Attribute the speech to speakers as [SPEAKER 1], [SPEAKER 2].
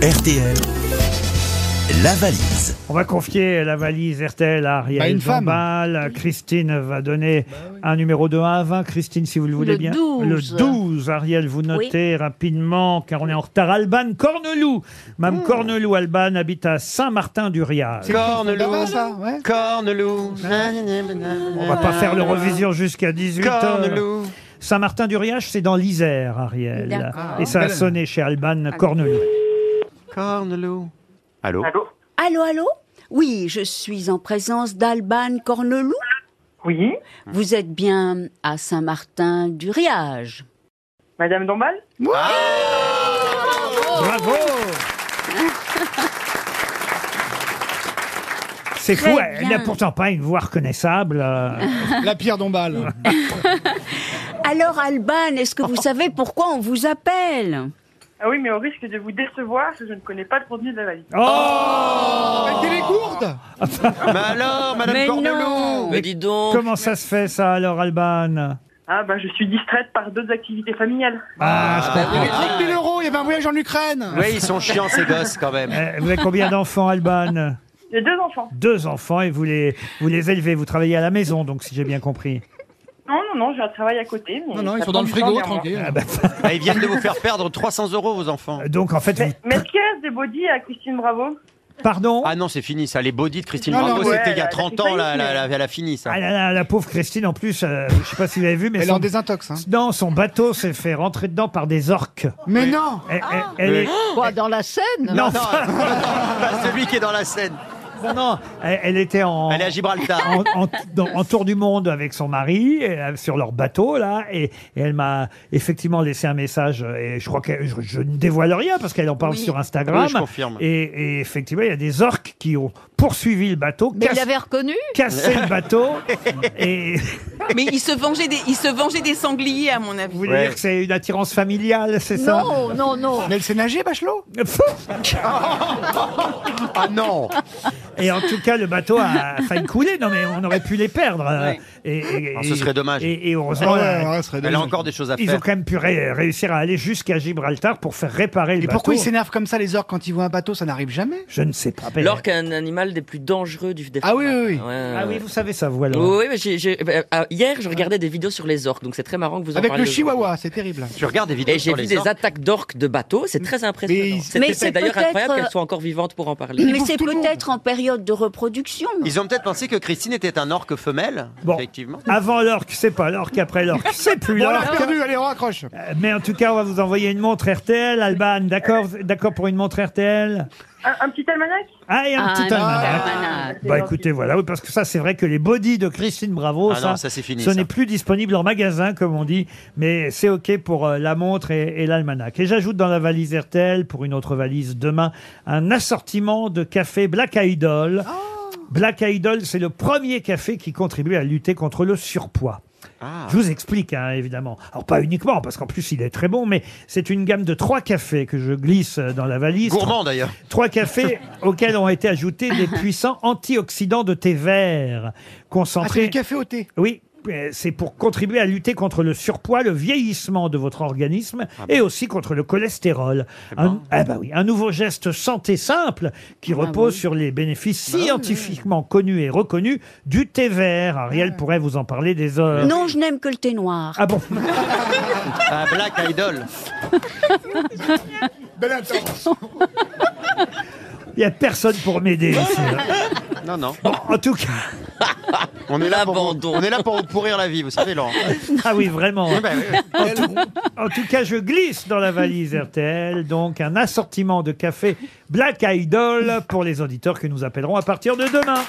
[SPEAKER 1] RTL, la valise.
[SPEAKER 2] On va confier la valise RTL à
[SPEAKER 3] Bah,
[SPEAKER 2] Ariel
[SPEAKER 3] une femme.
[SPEAKER 2] Dombal. Christine va donner un numéro de 1 à 20. Christine, si vous le voulez
[SPEAKER 4] Le
[SPEAKER 2] bien.
[SPEAKER 4] 12.
[SPEAKER 2] Le 12. Ariel, vous notez rapidement, car on est en retard. Alban Corneloup.
[SPEAKER 3] Hmm.
[SPEAKER 2] Mme Corneloup, Alban, habite à Saint-Martin-du-Rial.
[SPEAKER 3] Corneloup,
[SPEAKER 5] ça, ouais.
[SPEAKER 3] Corneloup,
[SPEAKER 2] On va pas faire
[SPEAKER 3] Ah.
[SPEAKER 2] l'Eurovision jusqu'à 18 heures.
[SPEAKER 3] Corneloup.
[SPEAKER 2] Saint-Martin-du-Riage, c'est dans l'Isère, Ariel.
[SPEAKER 4] D'accord. Ah.
[SPEAKER 2] Et ça a
[SPEAKER 3] Belle.
[SPEAKER 2] sonné chez Alban Corneloup.
[SPEAKER 3] Corneloup. Allô
[SPEAKER 4] Allô, allô Oui, je suis en présence d'Alban Corneloup.
[SPEAKER 6] Oui,
[SPEAKER 4] Vous êtes bien à Saint-Martin-du-Riage.
[SPEAKER 6] Madame Dombal
[SPEAKER 2] Bravo C'est
[SPEAKER 4] Très
[SPEAKER 2] fou, elle n'a
[SPEAKER 4] bien.
[SPEAKER 2] pourtant pas une voix reconnaissable. euh.
[SPEAKER 3] La pierre d'Ombal.
[SPEAKER 4] Alors, Alban, est-ce que vous savez pourquoi on vous appelle
[SPEAKER 6] Ah oui, mais au risque de vous décevoir, je ne connais pas le contenu de la valise.
[SPEAKER 2] Oh
[SPEAKER 3] Elle est courte Mais
[SPEAKER 7] Bah
[SPEAKER 3] alors, Madame
[SPEAKER 4] Mais
[SPEAKER 3] Corneloup
[SPEAKER 4] non.
[SPEAKER 7] Mais dis donc
[SPEAKER 2] Comment ça se fait ça alors, Alban
[SPEAKER 6] Ah bah je suis distraite par d'autres activités familiales.
[SPEAKER 2] Ah, je
[SPEAKER 3] Il y avait
[SPEAKER 2] comprends.
[SPEAKER 3] 30 000 euros, il y avait un voyage en Ukraine
[SPEAKER 7] Oui, ils sont chiants ces gosses quand même.
[SPEAKER 2] Euh, Vous avez combien d'enfants, Alban
[SPEAKER 6] J'ai deux enfants.
[SPEAKER 2] Deux enfants et vous les, vous les élevez, vous travaillez à la maison, donc si j'ai bien compris.
[SPEAKER 6] Non, non, non, j'ai un travail à côté. mais
[SPEAKER 3] Non, non, ils
[SPEAKER 6] ça
[SPEAKER 3] sont dans le
[SPEAKER 6] prend du temps,
[SPEAKER 3] frigo,
[SPEAKER 6] néanmoins.
[SPEAKER 3] tranquille.
[SPEAKER 7] Ah, ils viennent de vous faire perdre 300 euros vos enfants.
[SPEAKER 2] Donc en fait, vous-
[SPEAKER 6] Mais, mais qu'est-ce des body à Christine Bravo
[SPEAKER 2] pardon
[SPEAKER 7] Ah non, c'est fini ça. Les body de Christine
[SPEAKER 3] Non,
[SPEAKER 7] Bravo,
[SPEAKER 3] non, ouais,
[SPEAKER 7] c'était il y a
[SPEAKER 6] elle a
[SPEAKER 7] 30
[SPEAKER 6] fait
[SPEAKER 7] ans, là,
[SPEAKER 6] faillite,
[SPEAKER 7] elle a-
[SPEAKER 6] mais-
[SPEAKER 7] elle a- elle a fini ça.
[SPEAKER 2] Ah là là, la pauvre Christine, en plus, euh, je sais pas si vous avez vu, mais
[SPEAKER 3] Elle est en
[SPEAKER 2] son,
[SPEAKER 3] désintox. Hein.
[SPEAKER 2] non, son bateau s'est fait rentrer dedans par des orques.
[SPEAKER 3] Mais non
[SPEAKER 2] Elle- elle- elle est-
[SPEAKER 5] Quoi, dans la Seine
[SPEAKER 2] non,
[SPEAKER 7] Non, pas celui qui est dans la scène.
[SPEAKER 2] non, non, elle, elle était en,
[SPEAKER 7] Elle est à Gibraltar.
[SPEAKER 2] en, en- dans- en tour du monde avec son mari euh, sur leur bateau là et, et elle m'a effectivement laissé un message euh, et je crois que je, je ne dévoile rien parce qu'elle en parle sur Instagram
[SPEAKER 7] Oui, je confirme.
[SPEAKER 2] Et, et effectivement il y a des orques qui ont poursuivi le bateau
[SPEAKER 5] Mais il
[SPEAKER 2] cass-
[SPEAKER 5] l'avait reconnu
[SPEAKER 2] cassé le bateau et
[SPEAKER 8] Mais il se vengeait des, il se vengeait des sangliers, à mon
[SPEAKER 2] vous
[SPEAKER 8] avis.
[SPEAKER 2] voulez
[SPEAKER 7] Ouais.
[SPEAKER 2] dire que c'est une attirance familiale c'est ça
[SPEAKER 5] Non, non, non.
[SPEAKER 3] Mais elle s'est nagée, Bachelot
[SPEAKER 7] Ah non
[SPEAKER 2] et en tout cas le bateau a failli couler non mais on aurait pu les perdre euh, et, et-
[SPEAKER 7] Ah, ce
[SPEAKER 2] et-
[SPEAKER 7] serait dommage.
[SPEAKER 2] et, et heureusement là,
[SPEAKER 3] Ah ouais, ouais, ce serait
[SPEAKER 7] Elle a
[SPEAKER 3] dommage.
[SPEAKER 7] encore des choses à
[SPEAKER 2] ils ont
[SPEAKER 7] faire.
[SPEAKER 2] quand même pu ré- réussir à aller jusqu'à Gibraltar pour faire réparer le
[SPEAKER 3] Et
[SPEAKER 2] bateau
[SPEAKER 3] pourquoi ils s'énervent comme ça, les orques, quand ils voient un bateau Ça n'arrive jamais
[SPEAKER 2] Je ne sais pas.
[SPEAKER 9] L'orque est un animal des plus dangereux du des
[SPEAKER 3] Ah oui, oui, oui.
[SPEAKER 9] Ouais, ouais,
[SPEAKER 2] Ah oui,
[SPEAKER 9] ouais.
[SPEAKER 2] vous savez ça, vous alors.
[SPEAKER 9] Oui, oui, mais j'ai- j'ai- euh, ah, hier, je regardais des vidéos sur les orques, donc c'est très marrant que vous en
[SPEAKER 3] Avec
[SPEAKER 9] parliez
[SPEAKER 3] le
[SPEAKER 9] aujourd'hui.
[SPEAKER 3] chihuahua, c'est terrible.
[SPEAKER 7] Tu regardes des vidéos
[SPEAKER 9] Et j'ai
[SPEAKER 7] sur
[SPEAKER 9] vu
[SPEAKER 7] les
[SPEAKER 9] des
[SPEAKER 7] orques.
[SPEAKER 9] attaques d'orques de bateaux, c'est très impressionnant.
[SPEAKER 3] Mais-
[SPEAKER 4] Mais
[SPEAKER 9] C'était-
[SPEAKER 4] c'est
[SPEAKER 9] C'est d'ailleurs
[SPEAKER 4] peut-être,
[SPEAKER 9] incroyable
[SPEAKER 4] euh,
[SPEAKER 9] qu'elles soient encore vivantes pour en parler.
[SPEAKER 4] Mais
[SPEAKER 3] bouffent
[SPEAKER 4] c'est
[SPEAKER 3] tout le monde.
[SPEAKER 4] peut-être en période de reproduction.
[SPEAKER 7] Ils ont peut-être pensé que Christine était un orque femelle.
[SPEAKER 2] Bon.
[SPEAKER 7] Effectivement.
[SPEAKER 2] Avant l'orque, c'est pas l'orque, après l'orque, c'est plus
[SPEAKER 3] Bon, on l'a
[SPEAKER 2] l'orque.
[SPEAKER 3] perdu, allez, on raccroche.
[SPEAKER 2] Euh, Mais en tout cas, on va vous envoyer une montre RTL, Alban. D'accord D'accord pour une montre RTL
[SPEAKER 6] Un, un petit almanach Ah,
[SPEAKER 2] Ah, et un
[SPEAKER 4] Ah,
[SPEAKER 2] petit
[SPEAKER 4] non,
[SPEAKER 2] almanach.
[SPEAKER 4] almanach.
[SPEAKER 2] Bah écoutez, voilà, oui, parce que ça, c'est vrai que les body de Christine Bravo,
[SPEAKER 7] Ah
[SPEAKER 2] Oh, ça,
[SPEAKER 7] non, ça, c'est fini,
[SPEAKER 2] ce
[SPEAKER 7] ça.
[SPEAKER 2] n'est plus disponible en magasin, comme on dit, mais c'est OK pour euh, la montre et, et l'almanach. Et j'ajoute dans la valise RTL, pour une autre valise demain, un assortiment de café Black Idol. Black Idol, c'est le premier café qui contribue à lutter contre le surpoids.
[SPEAKER 7] Ah.
[SPEAKER 2] Je vous explique, hein, évidemment. Alors, pas uniquement, parce qu'en plus, il est très bon, mais c'est une gamme de trois cafés que je glisse euh, dans la valise.
[SPEAKER 7] Gourmand d'ailleurs.
[SPEAKER 2] Trois cafés auxquels ont été ajoutés des puissants antioxydants de thé vert,
[SPEAKER 3] Ah, c'est
[SPEAKER 2] concentrés.
[SPEAKER 3] du café au thé.
[SPEAKER 2] oui. euh, C'est pour contribuer à lutter contre le surpoids, le vieillissement de votre organisme et aussi contre le cholestérol. Un, ah bah oui, un nouveau geste santé simple qui repose sur les bénéfices scientifiquement connus et reconnus du thé vert. Ariel pourrait vous en parler des heures.
[SPEAKER 4] Non, je n'aime que le thé noir.
[SPEAKER 2] Ah bon
[SPEAKER 7] Ah, Black Idol. Ben,
[SPEAKER 3] Belle attente.
[SPEAKER 2] Il n'y a personne pour m'aider ici. hein.
[SPEAKER 7] Non, non.
[SPEAKER 2] Bon, en tout cas,
[SPEAKER 7] On est, là pour,
[SPEAKER 9] L'abandon.
[SPEAKER 7] on est là pour vous pourrir la vie, vous savez, Laurent.
[SPEAKER 2] ah oui, vraiment.
[SPEAKER 7] Eh ben, oui.
[SPEAKER 2] En tout, en tout cas, je glisse dans la valise RTL, donc un assortiment de café Black Idol pour les auditeurs que nous appellerons à partir de demain.